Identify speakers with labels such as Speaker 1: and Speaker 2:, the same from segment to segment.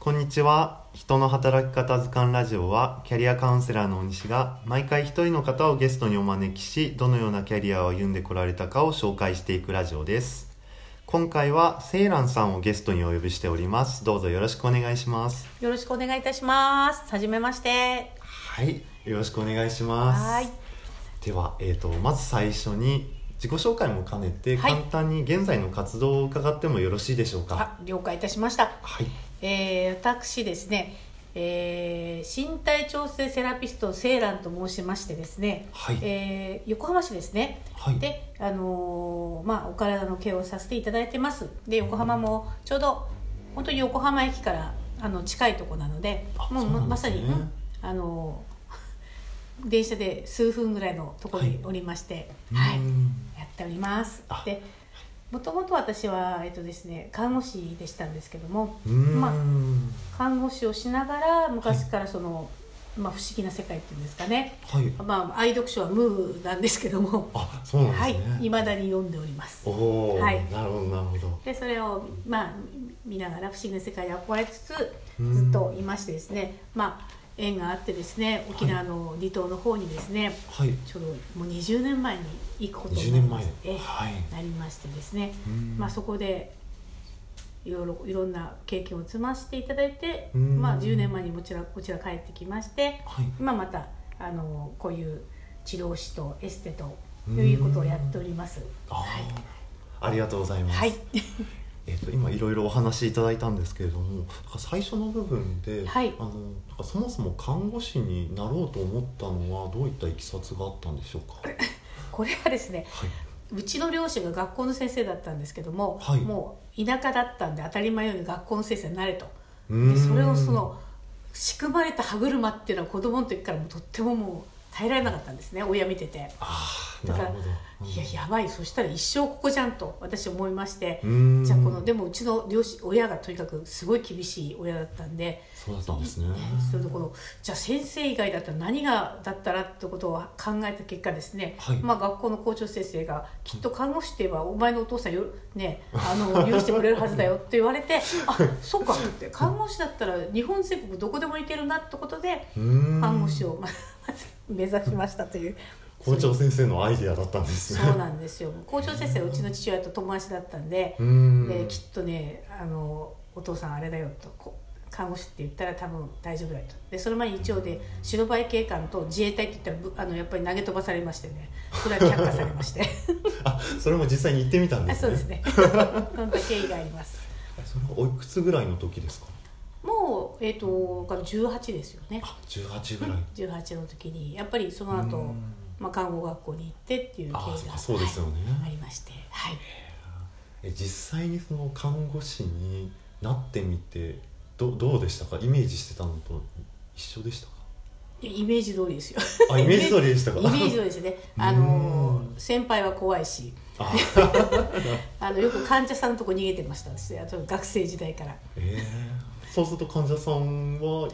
Speaker 1: こんにちは人の働き方図鑑ラジオはキャリアカウンセラーの大西が毎回一人の方をゲストにお招きしどのようなキャリアを歩んでこられたかを紹介していくラジオです今回はセイランさんをゲストにお呼びしておりますどうぞよろしくお願いします
Speaker 2: よろしくお願いいたします。はじめまして。
Speaker 1: はいよろしくお願いします
Speaker 2: はい
Speaker 1: では、えー、とまず最初に自己紹介も兼ねて、
Speaker 2: はい
Speaker 1: 簡単に現在の活動を伺ってもよろしいでしょうか
Speaker 2: あ、了解いたしました。
Speaker 1: はい
Speaker 2: えー、私ですね、えー、身体調整セラピストセイランと申しましてですね、
Speaker 1: はい
Speaker 2: えー横浜市ですね。
Speaker 1: はい
Speaker 2: で、あのーまあお体のケアをさせていただいてます。で、横浜もちょうど本当に横浜駅からあの近いとこなので、
Speaker 1: あ
Speaker 2: もう
Speaker 1: そうなん
Speaker 2: ま
Speaker 1: で
Speaker 2: ますさ
Speaker 1: ね
Speaker 2: に、うんあのー電車で数分ぐらいのところにおりまして、は
Speaker 1: う
Speaker 2: い
Speaker 1: ーん
Speaker 2: やっております
Speaker 1: あ
Speaker 2: でもともと私は、えっとですね、看護師でしたんですけども
Speaker 1: うーん、
Speaker 2: ま看護師をしながら昔からその、まあ、不思議な世界っていうんですかね、
Speaker 1: はい
Speaker 2: まあ、愛読書は無なんですけども、
Speaker 1: あそうなんです
Speaker 2: はい
Speaker 1: ね、
Speaker 2: いまだに読んでおります
Speaker 1: おお、
Speaker 2: はい
Speaker 1: なるほどなるほど
Speaker 2: でそれを、まあ、見ながら不思議な世界に憧れつつ
Speaker 1: うん
Speaker 2: ずっといましてですね、まあ、縁があってですね沖縄の離島の方にですね、
Speaker 1: はい
Speaker 2: ちょうどもう20年前に行くこと
Speaker 1: 20
Speaker 2: になり
Speaker 1: 年
Speaker 2: ま
Speaker 1: 前
Speaker 2: し
Speaker 1: で、
Speaker 2: て
Speaker 1: はい
Speaker 2: なりましてですね、
Speaker 1: うん
Speaker 2: まあ、そこでいろいろいろんな経験を積ましていただいて、
Speaker 1: うん
Speaker 2: まあ、10年前にこちらこちら帰ってきまして
Speaker 1: はい
Speaker 2: 今またあのこういう治療師とエステということをやっております。
Speaker 1: あー、ありがとうございます、
Speaker 2: はい、
Speaker 1: えっと今いろいろお話しいただいたんですけれどもなんか最初の部分で、
Speaker 2: はい
Speaker 1: あのなんかそもそも看護師になろうと思ったのはどういったいきさつがあったんでしょうかはい、
Speaker 2: これはですねうちの両親が学校の先生だったんですけども、
Speaker 1: はい
Speaker 2: もう田舎だったんで当たり前のように学校の先生になれと
Speaker 1: う
Speaker 2: で
Speaker 1: ーん
Speaker 2: それをその仕組まれた歯車っていうのは子供の時からもうとってももう耐えられなかったんですね親見てて。
Speaker 1: ああ
Speaker 2: だ
Speaker 1: なる
Speaker 2: から
Speaker 1: ほど、うん
Speaker 2: いややばいそしたら一生ここじゃんと私思いまして
Speaker 1: うーん
Speaker 2: じゃあこのでもうちの両親親がとにかくすごい厳しい親だったんで
Speaker 1: そうだったんですね
Speaker 2: それでこのじゃあ先生以外だったら何がだったらってことを考えた結果ですね、
Speaker 1: はい
Speaker 2: まあ、学校の校長先生がきっと看護師って言えばお前のお父さんよ、ね、あの許してくれるはずだよって言わ れてあそうかって看護師だったら日本全国どこでも行けるなってことで
Speaker 1: うーん
Speaker 2: 看護師をままず目指しましたという。
Speaker 1: 校長先生のアイデアだったんですね
Speaker 2: そうなんで すよ校長先生はうちの父親と友達だったんで
Speaker 1: うーん
Speaker 2: できっとねあのお父さんあれだよとこ看護師って言ったら多分大丈夫だよとでその前に一応で白バイ警官と自衛隊って言ったらぶあのやっぱり投げ飛ばされましてねそれは却下されまして
Speaker 1: あそれも実際に行ってみたんで
Speaker 2: あ
Speaker 1: す
Speaker 2: そ
Speaker 1: ね
Speaker 2: うですねそんな経緯があります
Speaker 1: それはおいくつぐらいの時ですか
Speaker 2: もうえっ、ー、とから18ですよね
Speaker 1: あ18ぐらい、
Speaker 2: 18の時にやっぱりその
Speaker 1: う
Speaker 2: 後
Speaker 1: ん
Speaker 2: まあ看護学校に行ってっていう経緯が
Speaker 1: あそうかそうですよね
Speaker 2: はいありましてはい
Speaker 1: え実際にその看護師になってみてどどうでしたかイメージしてたのと一緒でしたか
Speaker 2: いやイメージ通りですよ
Speaker 1: あイメージ通りでしたか
Speaker 2: イメージのですね、あの
Speaker 1: う
Speaker 2: 先輩は怖いし、
Speaker 1: あ
Speaker 2: あのよく患者さんのとこ逃げてました私あと学生時代から。
Speaker 1: えー、そうすると患者さんは
Speaker 2: もう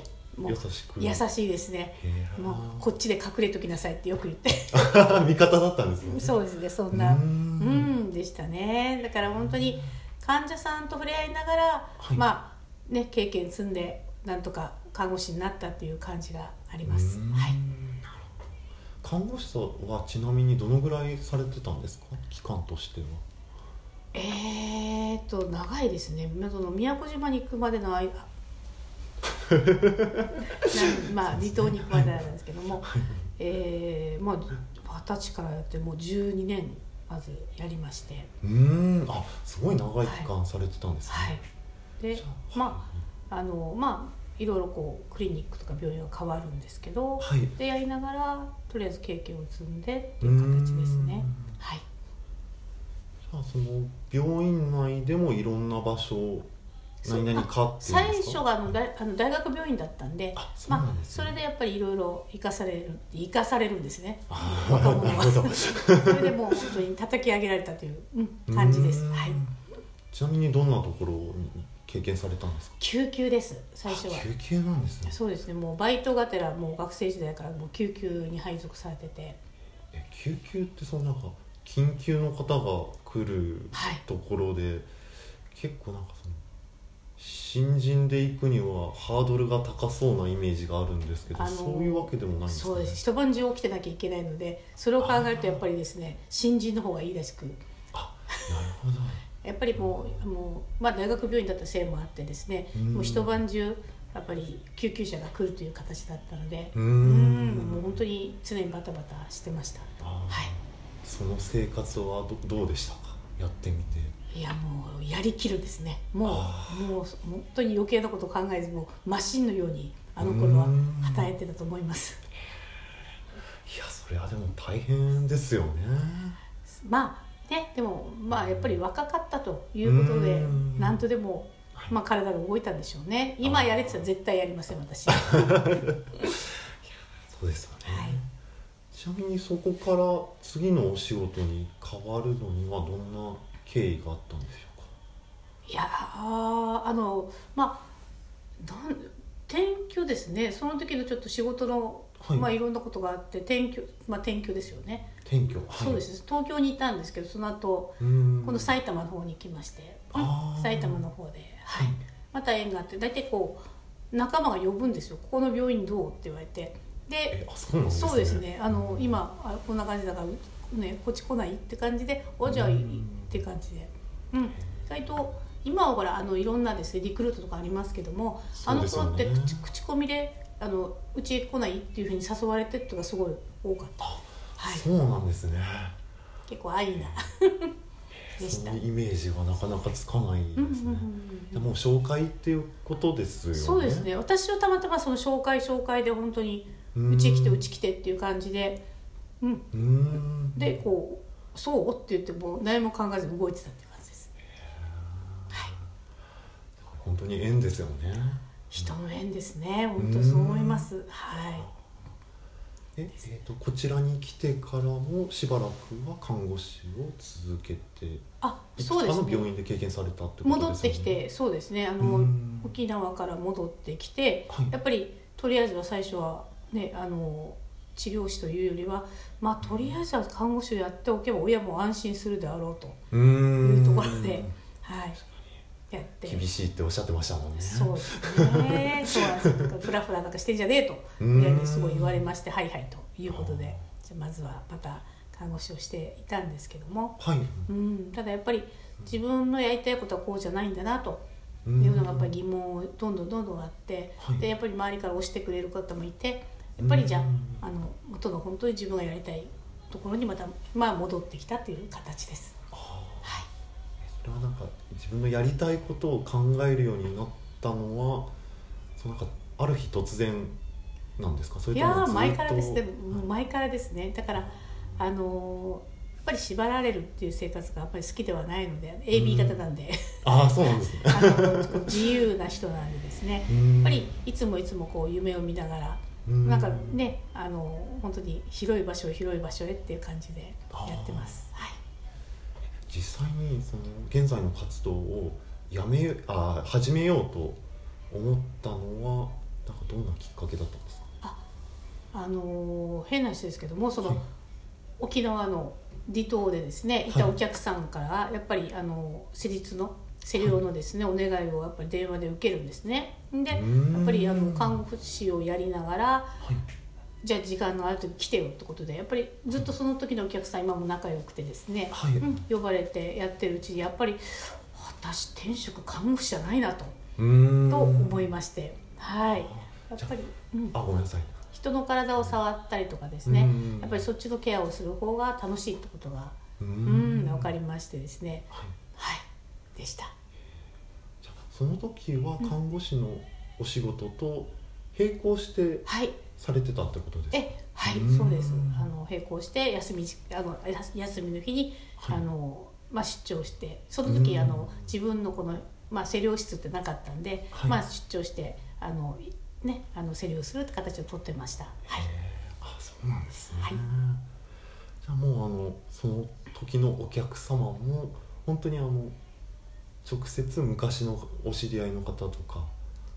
Speaker 1: 優しく
Speaker 2: 優しいですね。
Speaker 1: えー
Speaker 2: もうこっちで隠れときなさいってよく言って、
Speaker 1: 味方だったんですね
Speaker 2: そうですね、そんな、
Speaker 1: う
Speaker 2: うんん、でしたね。だから本当に患者さんと触れ合いながら、
Speaker 1: はい
Speaker 2: まあね経験積んでなんとか看護師になったっていう感じがあります。
Speaker 1: うん
Speaker 2: はい。
Speaker 1: 看護師さんはちなみにどのぐらいされてたんですか期間としては
Speaker 2: えー、と長いですねその宮古島に行くまで の間なまあ離島に行くまでなんですけども、えーまあ、二十歳からやってもう12年まずやりまして
Speaker 1: うーんあすごい長い期間されてたんですね、
Speaker 2: はいで
Speaker 1: じゃあ
Speaker 2: まああのまあいろいろこうクリニックとか病院は変わるんですけど、
Speaker 1: はい
Speaker 2: でやりながらとりあえず経験を積んでっていう形ですね
Speaker 1: うん
Speaker 2: はい
Speaker 1: じゃあその病院内でもいろんな場所
Speaker 2: そう
Speaker 1: 何々かっていうん
Speaker 2: 最
Speaker 1: です
Speaker 2: 初
Speaker 1: か
Speaker 2: があの大あの大学病院だったんで
Speaker 1: あそうな
Speaker 2: ま
Speaker 1: ん
Speaker 2: あ、
Speaker 1: です
Speaker 2: そ
Speaker 1: ね
Speaker 2: れでやっぱりいろいろ生かされる生かされるんです ね
Speaker 1: あ
Speaker 2: 若者
Speaker 1: なる
Speaker 2: は
Speaker 1: ほど
Speaker 2: それでもう本当に叩き上げられたという、うん、感じです、
Speaker 1: うーん
Speaker 2: はい、
Speaker 1: ちなみにどんなところに経験されたんですか
Speaker 2: 救急です最初は
Speaker 1: あ休憩なんですね
Speaker 2: そうですねもうバイトがてらもう学生時代からもう救急に配属されてて
Speaker 1: え救急ってそのなんか緊急の方が来る
Speaker 2: はい
Speaker 1: ところで、結構なんかその新人で行くにはハードルが高そうなイメージがあるんですけど、
Speaker 2: あのー
Speaker 1: そういうわけでもないんです
Speaker 2: そ
Speaker 1: か
Speaker 2: う
Speaker 1: ね
Speaker 2: です一晩中起きてなきゃいけないのでそれを考えるとやっぱりですね新人の方がいいらしく
Speaker 1: あなるほど
Speaker 2: やっぱりもうもう、まあ、大学病院だったせいもあってですね、
Speaker 1: うん
Speaker 2: もう一晩中やっぱり救急車が来るという形だったので
Speaker 1: うーん
Speaker 2: もう本当に常にバタバタしてました
Speaker 1: あー
Speaker 2: は
Speaker 1: その生活はどどうでしたかやってみて
Speaker 2: いいやもうやりきるですねも
Speaker 1: あ
Speaker 2: うもう本当に余計なこと考えずもうマシンのようにあの頃は働いてたと思います
Speaker 1: いやそれはでも大変ですよね
Speaker 2: まあねでもまあやっぱり若かったということで
Speaker 1: うん
Speaker 2: なんとでも、まあ、体が動いたんでしょうね今やれって言ったら絶対やりません私は
Speaker 1: そうですよね、
Speaker 2: い
Speaker 1: ちなみにそこから次のお仕事に変わるのにはどんな経緯があったんでしょ
Speaker 2: いやーあのまあなん転居ですねその時のちょっと仕事の、
Speaker 1: はい
Speaker 2: まあ、いろんなことがあって転居、まあ、転居ですよね、
Speaker 1: うか転居はい
Speaker 2: そうです東京にいたんですけどその後
Speaker 1: うーん
Speaker 2: この埼玉の方に来まして、
Speaker 1: あー
Speaker 2: 埼玉の方で、はい
Speaker 1: はい
Speaker 2: また縁があって大体こう仲間が呼ぶんですよ「ここの病院どう?」って言われてで
Speaker 1: えあそうなんですね
Speaker 2: そうですねあの今あこんな感じだからう、ね、こっち来ないって感じで「おじゃあいい」って感じで、うん、意外と今はほらあのいろんなですねリクルートとかありますけども、あ
Speaker 1: そう
Speaker 2: の
Speaker 1: です
Speaker 2: 頃
Speaker 1: よ
Speaker 2: っ
Speaker 1: ね
Speaker 2: て口口コミであの「うち来ない?」っていうふうに誘われてとかすごい多かった、
Speaker 1: あ
Speaker 2: はい、
Speaker 1: そうなんですね
Speaker 2: 結構安 易なでし
Speaker 1: そ
Speaker 2: た。
Speaker 1: のイメージがなかなかつかないですね、
Speaker 2: うんうんうんうん
Speaker 1: でもう紹介っていうことですよね
Speaker 2: そうですね私はたまたまその紹介紹介で本当に
Speaker 1: うーん
Speaker 2: うち来てうち来てっていう感じで、うん、
Speaker 1: うーん
Speaker 2: でこう「そう?」って言ってもう何も考えずに動いてたっていう感じですはい
Speaker 1: 本当に縁ですよね
Speaker 2: 人の縁ですね本当そう思いますはい
Speaker 1: ええー、とこちらに来てからもしばらくは看護師を続けて
Speaker 2: あ
Speaker 1: いくつ
Speaker 2: そう
Speaker 1: か
Speaker 2: です
Speaker 1: の
Speaker 2: ね
Speaker 1: 病院で経験されたってことですよね
Speaker 2: 戻ってきてそうですねあ
Speaker 1: う
Speaker 2: の
Speaker 1: ん
Speaker 2: 沖縄から戻ってきて、
Speaker 1: はい
Speaker 2: やっぱりとりあえずは最初はねあの治療師というよりはまあとりあえずは看護師をやっておけば親も安心するであろうと
Speaker 1: うー
Speaker 2: い
Speaker 1: ん
Speaker 2: うところで、はい、やって
Speaker 1: 厳しいっておっしゃってましたもんね
Speaker 2: そうですねそうなんですよだからフラフラなんかしてんじゃねえと
Speaker 1: うん
Speaker 2: 親にすごい言われましてはいはいということでじゃあまずはまた看護師をしていたんですけども、
Speaker 1: はい
Speaker 2: うん、ただやっぱり自分のやりたいことはこうじゃないんだなと
Speaker 1: う
Speaker 2: い
Speaker 1: ん
Speaker 2: うのがやっぱり疑問をどんどんどんどんあって、
Speaker 1: はい
Speaker 2: でやっぱり周りから押してくれる方もいてやっぱりじゃ
Speaker 1: うん
Speaker 2: ああの元の本当に自分がやりたいところにまた、まあ、戻ってきたという形です。
Speaker 1: あ
Speaker 2: はい
Speaker 1: ーそれはなんか自分のやりたいことを考えるようになったのはそのなんかある日突然なんですかそれ
Speaker 2: い
Speaker 1: ともずっ
Speaker 2: やー
Speaker 1: と
Speaker 2: 前からですね、
Speaker 1: は
Speaker 2: も
Speaker 1: いう
Speaker 2: 前からですねだからあのーやっぱり縛られるっていう生活がやっぱり好きではないので AB 型なん で
Speaker 1: ああそうなんですね
Speaker 2: あの自由な人なんでですね やっぱりいつもいつもこう夢を見ながら
Speaker 1: うん
Speaker 2: なんかねあの本当に広い場所広い場所へっていう感じでやってますはい
Speaker 1: 実際にその現在の活動をやめあ始めようと思ったのはなんかどんなきっかけだったんですか
Speaker 2: あのー変な話ですけどもその、
Speaker 1: はい
Speaker 2: 沖縄の離島でですねいたお客さんからやっぱりあの施術の施療のですね、お願いをやっぱり電話で受けるんですね。でや
Speaker 1: うーん
Speaker 2: っぱりあの看護師をやりながら
Speaker 1: はい
Speaker 2: じゃあ時間のある時来てよってことでやっぱりずっとその時のお客さん今も仲良くてですね、
Speaker 1: はい
Speaker 2: うん呼ばれてやってるうちにやっぱり私転職看護師じゃないなと
Speaker 1: うーん
Speaker 2: と思いましてはいや
Speaker 1: あ
Speaker 2: っ
Speaker 1: じゃあ
Speaker 2: ぱり、うん、
Speaker 1: あごめんなさい
Speaker 2: 人の体を触ったりとかですね
Speaker 1: うん
Speaker 2: やっぱりそっちのケアをする方が楽しいってことが
Speaker 1: うー
Speaker 2: うんん分かりましてですね
Speaker 1: はい
Speaker 2: はいでした
Speaker 1: じゃあその時は看護師のお仕事と並行して
Speaker 2: はい
Speaker 1: されてたってことですか
Speaker 2: えはい
Speaker 1: うん
Speaker 2: そうですあの並行して休みじあのやす休みの日に、
Speaker 1: はい
Speaker 2: あのまあ、出張してその時
Speaker 1: うん
Speaker 2: あの自分のこの、まあ、施療室ってなかったんで、
Speaker 1: はい
Speaker 2: まあ、出張してあの、いね、あの施療するって形をとってましたはい
Speaker 1: あそうなんですね、
Speaker 2: はい
Speaker 1: じゃあもうあのその時のお客様も本当にあの直接昔のお知り合いの方とか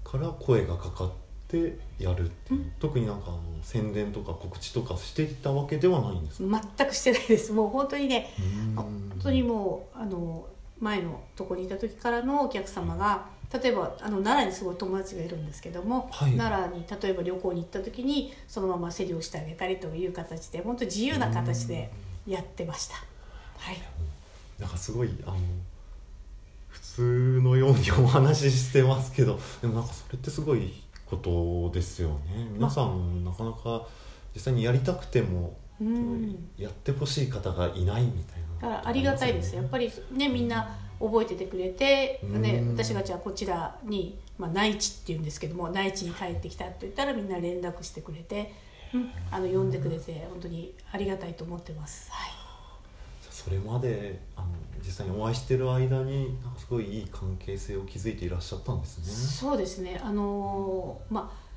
Speaker 1: から声がかかってやるっていう、
Speaker 2: うん
Speaker 1: 特になんかあの宣伝とか告知とかしていたわけではないんですか
Speaker 2: 全くしてないですもう本当にね
Speaker 1: うーん
Speaker 2: 本当にもうあの前のとこにいた時からのお客様が例えばあの奈良にすごい友達がいるんですけども、
Speaker 1: はい
Speaker 2: 奈良に例えば旅行に行った時にそのまま競りをしてあげたりという形で本当自由な形でやってました。はい、
Speaker 1: なんかすごいあの普通のようにお話ししてますけどでもなんかそれってすごいことですよね皆さんなかなか実際にやりたくても
Speaker 2: うん
Speaker 1: やってほしい方がいないみたい
Speaker 2: だ
Speaker 1: な
Speaker 2: からありがたいですやっぱりねみんな覚えててくれて、ね
Speaker 1: う、ん
Speaker 2: 私がじゃあこちらに、まあ、内地っていうんですけども内地に帰ってきたって言ったらみんな連絡してくれて、うん、あの呼んでくれて本当にありがたいと思ってます。はい
Speaker 1: それまであの実際にお会いしてる間になんかすごいいい関係性を築いていらっしゃったんですね
Speaker 2: そうですねあのーまあ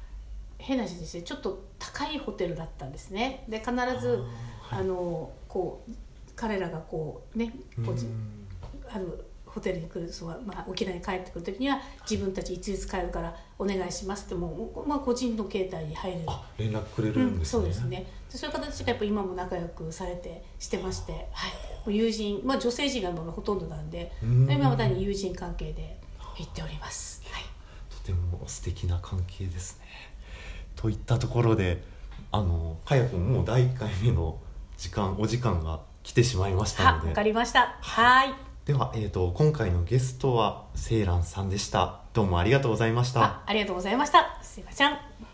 Speaker 2: 変な話ですねちょっと高いホテルだったんですねで必
Speaker 1: あ
Speaker 2: ず
Speaker 1: ー
Speaker 2: あ、
Speaker 1: はい
Speaker 2: のーこう彼らがこうねこうじ
Speaker 1: うん
Speaker 2: あのホテルに来るそう、まあ、沖縄に帰ってくる時には自分たちいついつ帰るからお願いしますってもう、まあ、個人の携帯に入れる、
Speaker 1: あ連絡くれ
Speaker 2: う
Speaker 1: るん
Speaker 2: ん、
Speaker 1: ですね、
Speaker 2: そうですねでそういう形でやっぱ今も仲良くされてしてまして、はい、もう友人、まあ、女性陣が今ほとんどなんで
Speaker 1: うん
Speaker 2: で今まだに友人関係で行っております。はい
Speaker 1: とても素敵な関係ですね。といったところであのかやくんもう第1回目の時間お時間が来てしまいました
Speaker 2: は
Speaker 1: の
Speaker 2: わか
Speaker 1: で
Speaker 2: りました。はい。
Speaker 1: では、えー、と今回のゲストはセイランさんでしたどうもありがとうございました。
Speaker 2: あ、ありがとうございました。すいません。